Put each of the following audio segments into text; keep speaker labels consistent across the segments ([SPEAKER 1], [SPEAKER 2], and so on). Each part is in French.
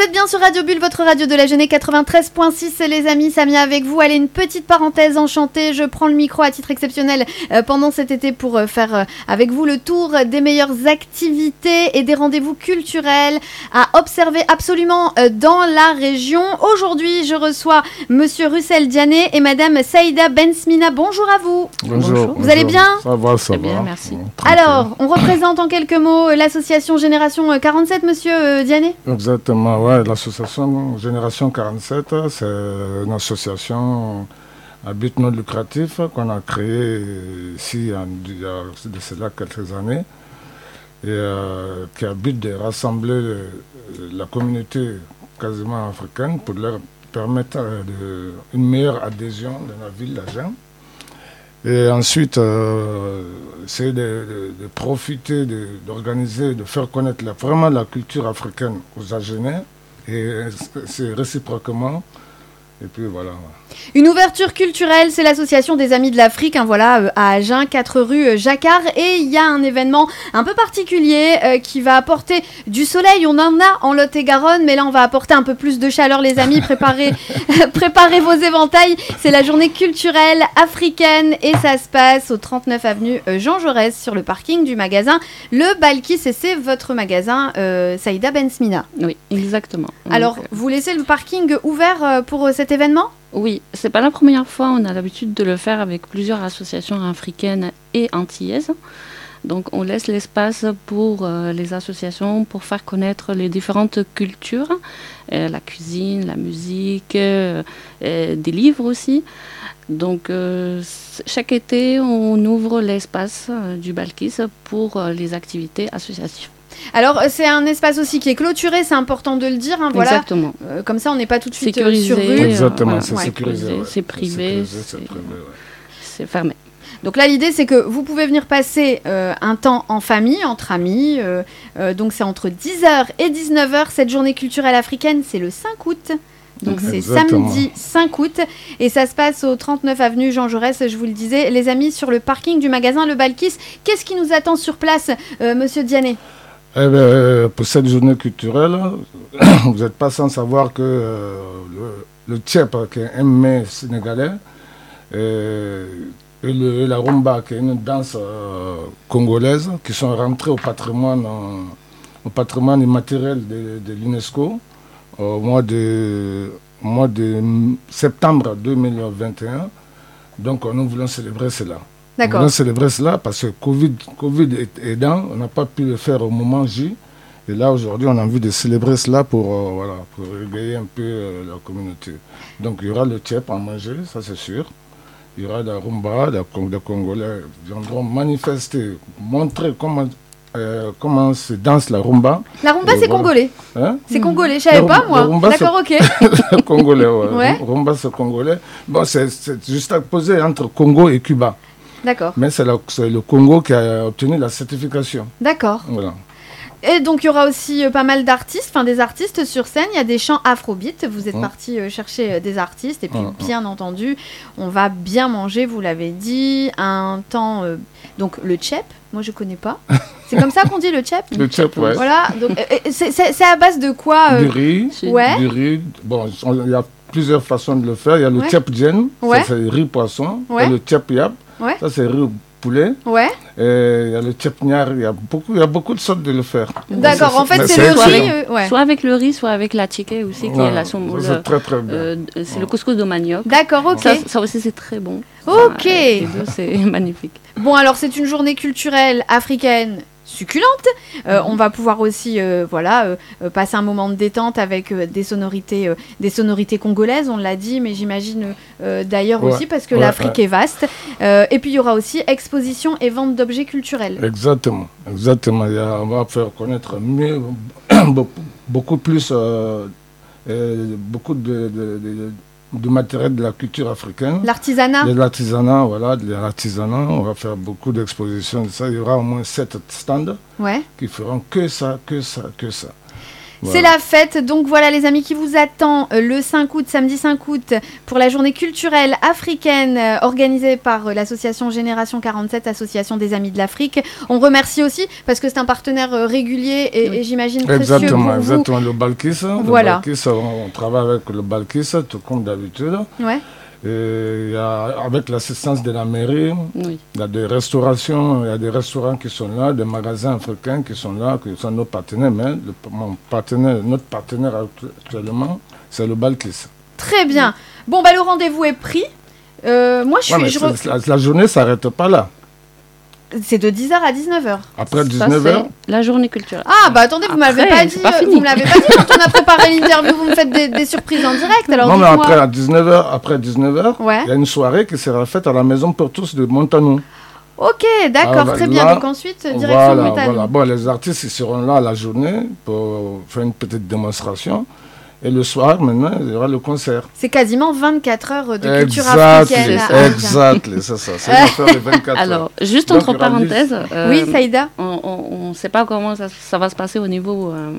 [SPEAKER 1] êtes bien sur Radio Bulle, votre radio de la jeunesse 93.6. Les amis, Samia avec vous. Allez, une petite parenthèse enchantée. Je prends le micro à titre exceptionnel euh, pendant cet été pour euh, faire euh, avec vous le tour des meilleures activités et des rendez-vous culturels à observer absolument euh, dans la région. Aujourd'hui, je reçois Monsieur Russell Diané et Madame Saïda Bensmina. Bonjour à vous.
[SPEAKER 2] Bonjour.
[SPEAKER 1] Vous allez bien
[SPEAKER 2] Ça va, ça
[SPEAKER 3] Très Eh bien,
[SPEAKER 2] va.
[SPEAKER 3] merci.
[SPEAKER 2] Bon, tranquille.
[SPEAKER 1] Alors, on représente en quelques mots euh, l'association Génération euh, 47, Monsieur euh, Diané
[SPEAKER 2] Exactement, ouais, l'association Génération 47, euh, c'est une association à but non lucratif euh, qu'on a créée euh, ici en, il y a de cela quelques années et euh, qui a but de rassembler euh, la communauté quasiment africaine pour leur permettre euh, de- une meilleure adhésion de la ville d'Agen. Et ensuite, euh, c'est de, de- de profiter, de- d'organiser, de faire connaître la- vraiment la culture africaine aux Agenais. Et c'est- c'est réciproquement. Et puis voilà.
[SPEAKER 1] Une ouverture culturelle, c'est l'association des Amis de l'Afrique, hein, voilà, euh, à Agen, 4 rue euh, Jacquard. Et il y a un événement un peu particulier euh, qui va apporter du soleil. On en a en Lot-et-Garonne, mais là, on va apporter un peu plus de chaleur, les amis. Préparez, préparez vos éventails. C'est la journée culturelle africaine et ça se passe au 39 avenue euh, Jean Jaurès sur le parking du magasin Le Balkis. Et c'est votre magasin, euh, Saïda Bensmina.
[SPEAKER 3] Oui, exactement. Donc,
[SPEAKER 1] Alors,
[SPEAKER 3] euh,
[SPEAKER 1] vous laissez le parking ouvert euh, pour euh, cet événement
[SPEAKER 3] Oui, c'est pas la première fois. On a l'habitude de le faire avec plusieurs associations africaines et antillaises. Donc, on laisse l'espace pour euh, les associations pour faire connaître les différentes cultures, euh, la cuisine, la musique, euh, euh, des livres aussi. Donc, euh, c- chaque été, on ouvre l'espace euh, du Balkis pour euh, les activités associatives.
[SPEAKER 1] Alors euh, c'est un espace aussi qui est clôturé, c'est important de le dire. hein, voilà,
[SPEAKER 3] Exactement.
[SPEAKER 1] Euh, comme ça on n'est pas tout de suite euh,
[SPEAKER 3] Sécurisé.
[SPEAKER 1] sur
[SPEAKER 3] Oui,
[SPEAKER 1] rue.
[SPEAKER 3] euh,
[SPEAKER 2] Exactement,
[SPEAKER 3] voilà.
[SPEAKER 2] c'est
[SPEAKER 3] Ouais,
[SPEAKER 2] sécurisé.
[SPEAKER 3] c'est-
[SPEAKER 2] ouais.
[SPEAKER 3] c'est privé,
[SPEAKER 2] sécurisé, c'est
[SPEAKER 3] c'est-
[SPEAKER 2] privé, ouais.
[SPEAKER 3] C'est fermé.
[SPEAKER 1] Donc là l'idée c'est que vous pouvez venir passer euh, un temps en famille, entre amis. euh, euh, donc c'est entre 10h et 19h cette journée culturelle africaine, c'est le 5 août. Donc c'est
[SPEAKER 2] Exactement.
[SPEAKER 1] samedi 5 août et ça se passe au 39 avenue Jean Jaurès, je vous le disais, les amis sur le parking du magasin Le Balkis. Qu'est-ce qui nous attend sur place, euh, monsieur Diané
[SPEAKER 2] Eh ben, pour cette journée culturelle, vous n'êtes pas sans savoir que euh, le, le tchèp, qui est un mets sénégalais, euh, et le- la rumba, qui est une danse euh, congolaise, qui sont rentrés au patrimoine, euh, au patrimoine immatériel de, de l'UNESCO au mois de, au mois de septembre 2021. Donc, euh, nous voulons célébrer cela. On
[SPEAKER 1] D'accord.
[SPEAKER 2] voulait célébrer cela parce que Covid, COVID est- aidant, on n'a pas pu le faire au moment J. Et là, aujourd'hui, on a envie de célébrer cela pour, euh, voilà, pour réveiller un peu euh, la communauté. Donc, il y aura le tchèp à manger, ça c'est sûr. Il y aura la rumba, la Cong- les Congolais viendront manifester, montrer comment, euh, comment se danse la rumba.
[SPEAKER 1] La rumba
[SPEAKER 2] Euh,
[SPEAKER 1] c'est
[SPEAKER 2] voilà.
[SPEAKER 1] congolais.
[SPEAKER 2] Hein
[SPEAKER 1] C'est
[SPEAKER 3] Mm.
[SPEAKER 1] congolais, je savais
[SPEAKER 2] La
[SPEAKER 1] pas
[SPEAKER 2] rumba-
[SPEAKER 1] moi.
[SPEAKER 2] la rumba, c'est-
[SPEAKER 1] D'accord, ok.
[SPEAKER 2] congolais, ouais.
[SPEAKER 1] Ouais.
[SPEAKER 2] Rumba, c'est congolais. Bon, c'est- c'est juste à poser entre Congo et Cuba.
[SPEAKER 1] D'accord,
[SPEAKER 2] Mais c'est la- c'est le Congo qui a obtenu la certification.
[SPEAKER 1] d'accord.
[SPEAKER 2] Voilà.
[SPEAKER 1] Et donc il y aura aussi euh, pas mal d'artistes, enfin des artistes sur scène. Il y a des chants afrobeat. Vous êtes
[SPEAKER 2] Mm.
[SPEAKER 1] parti chercher euh, des artistes et puis
[SPEAKER 2] Mm, mm.
[SPEAKER 1] bien entendu, on va bien manger. Vous l'avez dit, un temps euh, donc le tchep. Moi je connais pas. C'est comme ça qu'on dit le tchep.
[SPEAKER 2] Le tchèp, ouais.
[SPEAKER 1] Voilà. Donc euh, euh, c'est- c'est c'est à base de quoi euh,
[SPEAKER 2] Du riz.
[SPEAKER 3] c'est-
[SPEAKER 1] Ouais.
[SPEAKER 2] Du riz. Bon, on- il y a plusieurs façons de le faire. Il y a le
[SPEAKER 1] Ouais.
[SPEAKER 2] tchèp djen,
[SPEAKER 1] Ouais.
[SPEAKER 2] ça c'est riz poisson. Il y a
[SPEAKER 1] Ouais.
[SPEAKER 2] le tchèp yap,
[SPEAKER 1] Ouais.
[SPEAKER 2] ça c'est riz poulet.
[SPEAKER 1] Ouais.
[SPEAKER 2] Et il y a le tchèp gnard, il y a beaucoup, il y a beaucoup de sortes de le faire.
[SPEAKER 1] D'accord.
[SPEAKER 2] c'est-
[SPEAKER 1] En fait
[SPEAKER 2] mais
[SPEAKER 1] c'est
[SPEAKER 2] c'est
[SPEAKER 1] le riz.
[SPEAKER 2] excellent.
[SPEAKER 1] euh, ouais.
[SPEAKER 3] Soit avec le riz, soit avec la chiquée aussi, qui
[SPEAKER 2] Ouais,
[SPEAKER 3] est la
[SPEAKER 2] ça,
[SPEAKER 3] semoule.
[SPEAKER 2] C'est très très bien.
[SPEAKER 3] euh, c'est le couscous de manioc.
[SPEAKER 1] D'accord. Ok.
[SPEAKER 3] Ça, ça aussi, c'est très bon.
[SPEAKER 1] Ok.
[SPEAKER 3] Ça, euh, les deux, c'est magnifique.
[SPEAKER 1] Bon, alors c'est une journée culturelle africaine succulente. Euh,
[SPEAKER 2] Mhm.
[SPEAKER 1] On va pouvoir aussi, euh, voilà, euh, euh, passer un moment de détente avec euh, des sonorités, euh, des sonorités congolaises. On l'a dit, mais j'imagine euh, euh, d'ailleurs
[SPEAKER 2] Ouais,
[SPEAKER 1] aussi parce que
[SPEAKER 2] ouais,
[SPEAKER 1] l'Afrique est vaste. Euh, et puis il y aura aussi exposition et vente d'objets culturels.
[SPEAKER 2] Exactement, exactement. Il y a- on va faire connaître mieux, beaucoup, beaucoup plus, euh, euh, beaucoup de, de, de- de matériel de la culture africaine.
[SPEAKER 1] L'artisanat.
[SPEAKER 2] De l'artisanat, voilà, de l'artisanat. On va faire beaucoup d'expositions de ça. Il y aura au moins sept stands
[SPEAKER 1] Ouais.
[SPEAKER 2] qui feront que ça, que ça, que ça.
[SPEAKER 1] C'est la fête, donc voilà les amis qui vous attend euh, le 5 août, samedi 5 août, pour la journée culturelle africaine euh, organisée par euh, l'association Génération 47, association des amis de l'Afrique. On remercie aussi parce que c'est un partenaire euh, régulier et,
[SPEAKER 3] Oui.
[SPEAKER 1] et j'imagine précieux pour
[SPEAKER 2] Exactement,
[SPEAKER 1] vous.
[SPEAKER 2] exactement. Le Balkis, le
[SPEAKER 1] Voilà.
[SPEAKER 2] Balkis, on, on travaille avec le Balkis, tout comme d'habitude.
[SPEAKER 1] Ouais.
[SPEAKER 2] Et il y a- avec l'assistance de la mairie,
[SPEAKER 3] Oui.
[SPEAKER 2] il y a des restaurations, il y a des restaurants qui sont là, des magasins africains qui sont là, qui sont nos partenaires. Mais le- mon partenaire, notre partenaire actu- actuellement, c'est le Balkis.
[SPEAKER 1] Très bien. Bon, bah le rendez-vous est pris. Euh, moi, je
[SPEAKER 2] Ouais,
[SPEAKER 1] suis.
[SPEAKER 2] mais
[SPEAKER 1] je
[SPEAKER 2] c'est- la, la journée ne s'arrête pas là.
[SPEAKER 1] re- C'est de 10h à 19h.
[SPEAKER 2] Après
[SPEAKER 3] Ça,
[SPEAKER 2] 19h,
[SPEAKER 3] c'est La journée culturelle.
[SPEAKER 1] Ah, bah attendez, vous m'avez
[SPEAKER 3] Après,
[SPEAKER 1] pas dit.
[SPEAKER 3] c'est pas
[SPEAKER 1] euh,
[SPEAKER 3] fini.
[SPEAKER 1] vous me l'avez pas dit quand on a préparé l'interview, vous me faites des, des surprises en direct. Alors,
[SPEAKER 2] non mais
[SPEAKER 1] dites-moi.
[SPEAKER 2] après à 19h, après 19h, il
[SPEAKER 3] Hein
[SPEAKER 1] Ouais.
[SPEAKER 2] y a une soirée qui sera faite à la maison pour tous de Montanou.
[SPEAKER 1] Ok, d'accord,
[SPEAKER 2] Ah, bah,
[SPEAKER 1] très
[SPEAKER 2] là,
[SPEAKER 1] bien. Donc ensuite, euh, direction
[SPEAKER 2] voilà,
[SPEAKER 1] Montagne.
[SPEAKER 2] voilà. Bon, les artistes ils seront là la journée pour faire une petite démonstration. Et le soir, maintenant, il y aura le concert.
[SPEAKER 1] C'est quasiment 24 heures de culture
[SPEAKER 2] Exactly,
[SPEAKER 1] africaine. Ah,
[SPEAKER 3] c'est
[SPEAKER 1] à
[SPEAKER 3] ça.
[SPEAKER 1] Agen.
[SPEAKER 2] exactly, c'est ça. C'est l'affaire des 24 heures.
[SPEAKER 3] Alors, juste
[SPEAKER 2] Donc, il
[SPEAKER 3] entre
[SPEAKER 2] y aura dix-
[SPEAKER 3] parenthèses, euh,
[SPEAKER 1] Oui, Saïda.
[SPEAKER 3] on ne sait pas comment ça, ça va se passer au niveau euh,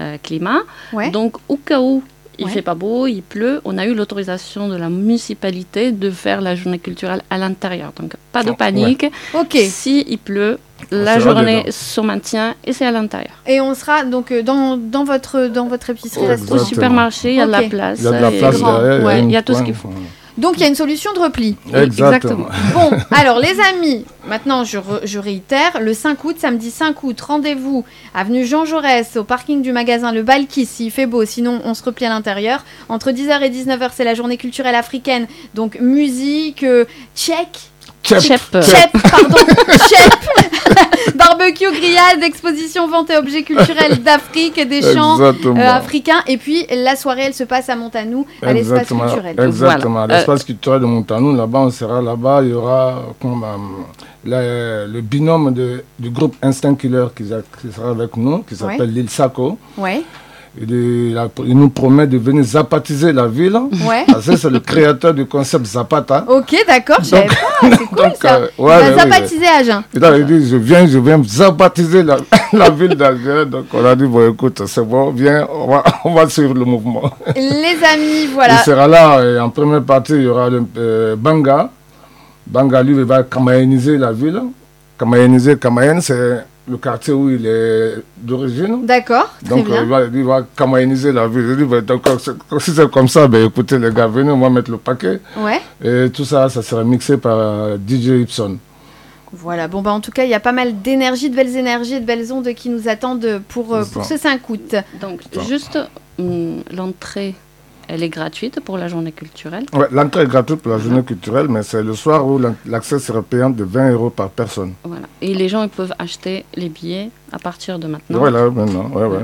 [SPEAKER 3] euh, climat.
[SPEAKER 1] Ouais.
[SPEAKER 3] Donc, au cas où il
[SPEAKER 1] Ouais.
[SPEAKER 3] fait pas beau, il pleut, on a eu l'autorisation de la municipalité de faire la journée culturelle à l'intérieur. Donc, pas de
[SPEAKER 2] Ouais.
[SPEAKER 3] panique.
[SPEAKER 1] ok.
[SPEAKER 3] Si il pleut,
[SPEAKER 2] On
[SPEAKER 3] la
[SPEAKER 2] sera
[SPEAKER 3] journée
[SPEAKER 2] dedans.
[SPEAKER 3] se maintient et c'est à l'intérieur.
[SPEAKER 1] Et on sera donc euh, dans, dans votre dans votre épicerie.
[SPEAKER 2] Oh,
[SPEAKER 1] restaurant.
[SPEAKER 3] Au
[SPEAKER 2] Exactement.
[SPEAKER 3] supermarché, il y a de la
[SPEAKER 1] Ok.
[SPEAKER 3] place.
[SPEAKER 2] Il y a de la
[SPEAKER 3] et
[SPEAKER 2] place
[SPEAKER 3] grand.
[SPEAKER 2] derrière.
[SPEAKER 3] Ouais,
[SPEAKER 2] une
[SPEAKER 3] il y a tout ce
[SPEAKER 2] pointe.
[SPEAKER 3] qu'il faut.
[SPEAKER 1] Donc il y a une solution de repli.
[SPEAKER 3] Oui,
[SPEAKER 2] Exactement.
[SPEAKER 1] Bon, alors les amis, maintenant je, re- je réitère, le 5 août, samedi 5 août, rendez-vous avenue Jean Jaurès au parking du magasin Le Balkis s'il fait beau, sinon on se replie à l'intérieur. Entre 10h et 19h, c'est la journée culturelle africaine, donc musique, euh, tchèque,
[SPEAKER 2] Chef,
[SPEAKER 3] Chep.
[SPEAKER 1] Chef, pardon, chef. Barbecue, grillade, exposition, vente et objets culturels d'Afrique, des chants
[SPEAKER 2] Exactement.
[SPEAKER 1] euh, africains. Et puis la soirée, elle se passe à Montanou, à l'espace
[SPEAKER 2] Exactement.
[SPEAKER 1] culturel. Euh,
[SPEAKER 2] Exactement.
[SPEAKER 3] Voilà.
[SPEAKER 2] L'espace culturel de Montanou, là-bas, on sera là-bas. Il y aura comme, euh, le, le binôme de- du groupe Instinct Killer qui, sa- qui sera avec nous, qui s'appelle Lil Sako.
[SPEAKER 1] Ouais,
[SPEAKER 2] Il, est- il a- il nous promet de venir zapatiser la ville.
[SPEAKER 1] ouais.
[SPEAKER 2] Parce que c'est le créateur du concept Zapata.
[SPEAKER 1] Ok, d'accord, je savais pas, c'est cool
[SPEAKER 2] Donc,
[SPEAKER 1] ça.
[SPEAKER 2] euh,
[SPEAKER 1] Il va
[SPEAKER 2] ouais, oui,
[SPEAKER 1] zapatiser à Jeun.
[SPEAKER 2] Et là, il dit, je viens, je viens zapatiser la, la ville d'Alger. Donc, on a dit, bon, écoute, c'est bon, viens, on va, on va suivre le mouvement.
[SPEAKER 1] Les amis,
[SPEAKER 2] Il
[SPEAKER 1] voilà.
[SPEAKER 2] sera là, et en première partie, il y aura le, euh, Banga. Banga, lui, il va kamaïniser la ville. Kamaïniser, Kamayen, c'est le quartier où il est d'origine.
[SPEAKER 1] D'accord, très
[SPEAKER 2] Donc, euh,
[SPEAKER 1] bien.
[SPEAKER 2] il va, il va kamaïniser la ville. Je dis, ben, donc, c'est- si c'est comme ça, ben, écoutez, les gars, venez, on va mettre le paquet.
[SPEAKER 1] Ouais.
[SPEAKER 2] Et tout ça, ça sera mixé par euh, DJ Ibson.
[SPEAKER 1] Voilà, bon bah en tout cas, il y a pas mal d'énergie, de belles énergies et de belles ondes qui nous attendent pour, euh,
[SPEAKER 2] C'est
[SPEAKER 1] pour
[SPEAKER 2] ça.
[SPEAKER 1] ce 5 août.
[SPEAKER 3] Donc,
[SPEAKER 2] Bon.
[SPEAKER 3] juste hum, l'entrée, elle est gratuite pour la journée culturelle.
[SPEAKER 2] Ouais, L'entrée est gratuite pour la
[SPEAKER 1] Uh-huh.
[SPEAKER 2] journée culturelle, mais c'est le soir où l'en- l'accès sera payant de 20 euros par personne.
[SPEAKER 3] Voilà. Et les gens ils peuvent acheter les billets à partir de maintenant.
[SPEAKER 2] Voilà, maintenant, ouais, ouais.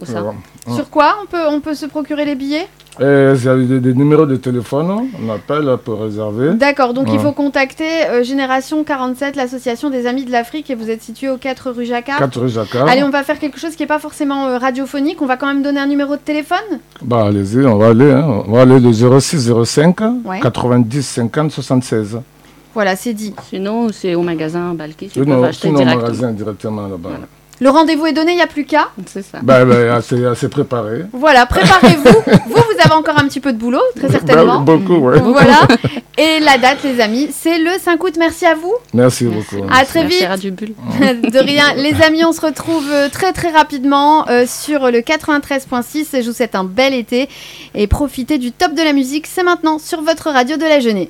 [SPEAKER 3] Ou ça.
[SPEAKER 2] Ouais. Ouais.
[SPEAKER 1] Sur quoi on peut, on peut se procurer les billets
[SPEAKER 2] Et il y a Euh, des, des numéros de téléphone, hein? on appelle pour réserver.
[SPEAKER 1] D'accord, donc il
[SPEAKER 2] Ouais.
[SPEAKER 1] faut contacter euh, Génération 47, l'association des Amis de l'Afrique, et vous êtes situé au 4 rue Jacquard.
[SPEAKER 2] 4 rue Jacquard.
[SPEAKER 1] Allez, on va faire quelque chose qui n'est pas forcément euh, radiophonique, on va quand même donner un numéro de téléphone.
[SPEAKER 2] Bah, allez-y, on va aller, hein. on va aller de 0605
[SPEAKER 1] Ouais.
[SPEAKER 2] 90 50 76.
[SPEAKER 1] Voilà, c'est dit.
[SPEAKER 3] Sinon, c'est au magasin Balkis, ils peuvent
[SPEAKER 2] Sinon,
[SPEAKER 3] acheter
[SPEAKER 2] sinon au
[SPEAKER 3] directement.
[SPEAKER 2] magasin directement là-bas.
[SPEAKER 1] Le rendez-vous est donné, il n'y a plus qu'à.
[SPEAKER 3] C'est ça.
[SPEAKER 2] Bah, bah, assez, assez préparé.
[SPEAKER 1] Voilà, préparez-vous. vous, vous avez encore un petit peu de boulot, très certainement. Mm.
[SPEAKER 2] Bah, beaucoup, ouais.
[SPEAKER 1] Voilà. Et la date, les amis, c'est le 5 août. Merci à vous.
[SPEAKER 2] Merci
[SPEAKER 3] Merci.
[SPEAKER 2] beaucoup.
[SPEAKER 1] À très
[SPEAKER 3] Merci,
[SPEAKER 1] vite.
[SPEAKER 3] Radio Bulle.
[SPEAKER 1] De rien. Les amis, on se retrouve euh, très très rapidement euh, sur le 93.6. Et Je vous souhaite un bel été et profitez du top de la musique. C'est maintenant sur votre radio de la jeunesse.